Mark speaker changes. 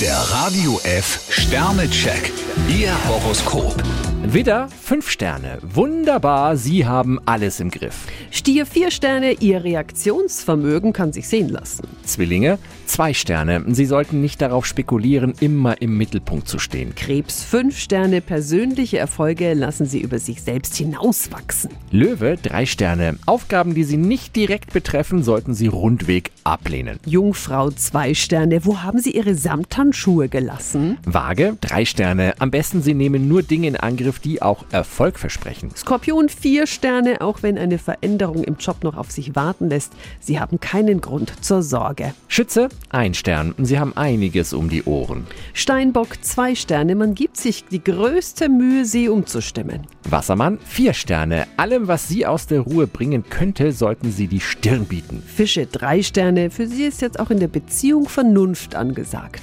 Speaker 1: Der Radio F Sternecheck. Ihr Horoskop.
Speaker 2: Widder, 5 Sterne. Wunderbar, Sie haben alles im Griff.
Speaker 3: Stier vier Sterne, Ihr Reaktionsvermögen kann sich sehen lassen.
Speaker 2: Zwillinge, 2 Sterne. Sie sollten nicht darauf spekulieren, immer im Mittelpunkt zu stehen.
Speaker 3: Krebs fünf Sterne, persönliche Erfolge lassen Sie über sich selbst hinauswachsen.
Speaker 2: Löwe, 3 Sterne. Aufgaben, die Sie nicht direkt betreffen, sollten Sie rundweg ablehnen.
Speaker 3: Jungfrau zwei Sterne, wo haben Sie Ihre Samthandschuhe gelassen?
Speaker 2: Waage, 3 Sterne. Am besten Sie nehmen nur Dinge in Angriff, die auch Erfolg versprechen.
Speaker 3: Skorpion vier Sterne, auch wenn eine Veränderung im Job noch auf sich warten lässt, Sie haben keinen Grund zur Sorge.
Speaker 2: Schütze, 1 Stern. Sie haben einiges um die Ohren.
Speaker 3: Steinbock zwei Sterne, man gibt sich die größte Mühe, Sie umzustimmen.
Speaker 2: Wassermann, 4 Sterne. Allem, was Sie aus der Ruhe bringen könnte, sollten Sie die Stirn bieten.
Speaker 3: Fische drei Sterne, für Sie ist jetzt auch in der Beziehung Vernunft angesagt.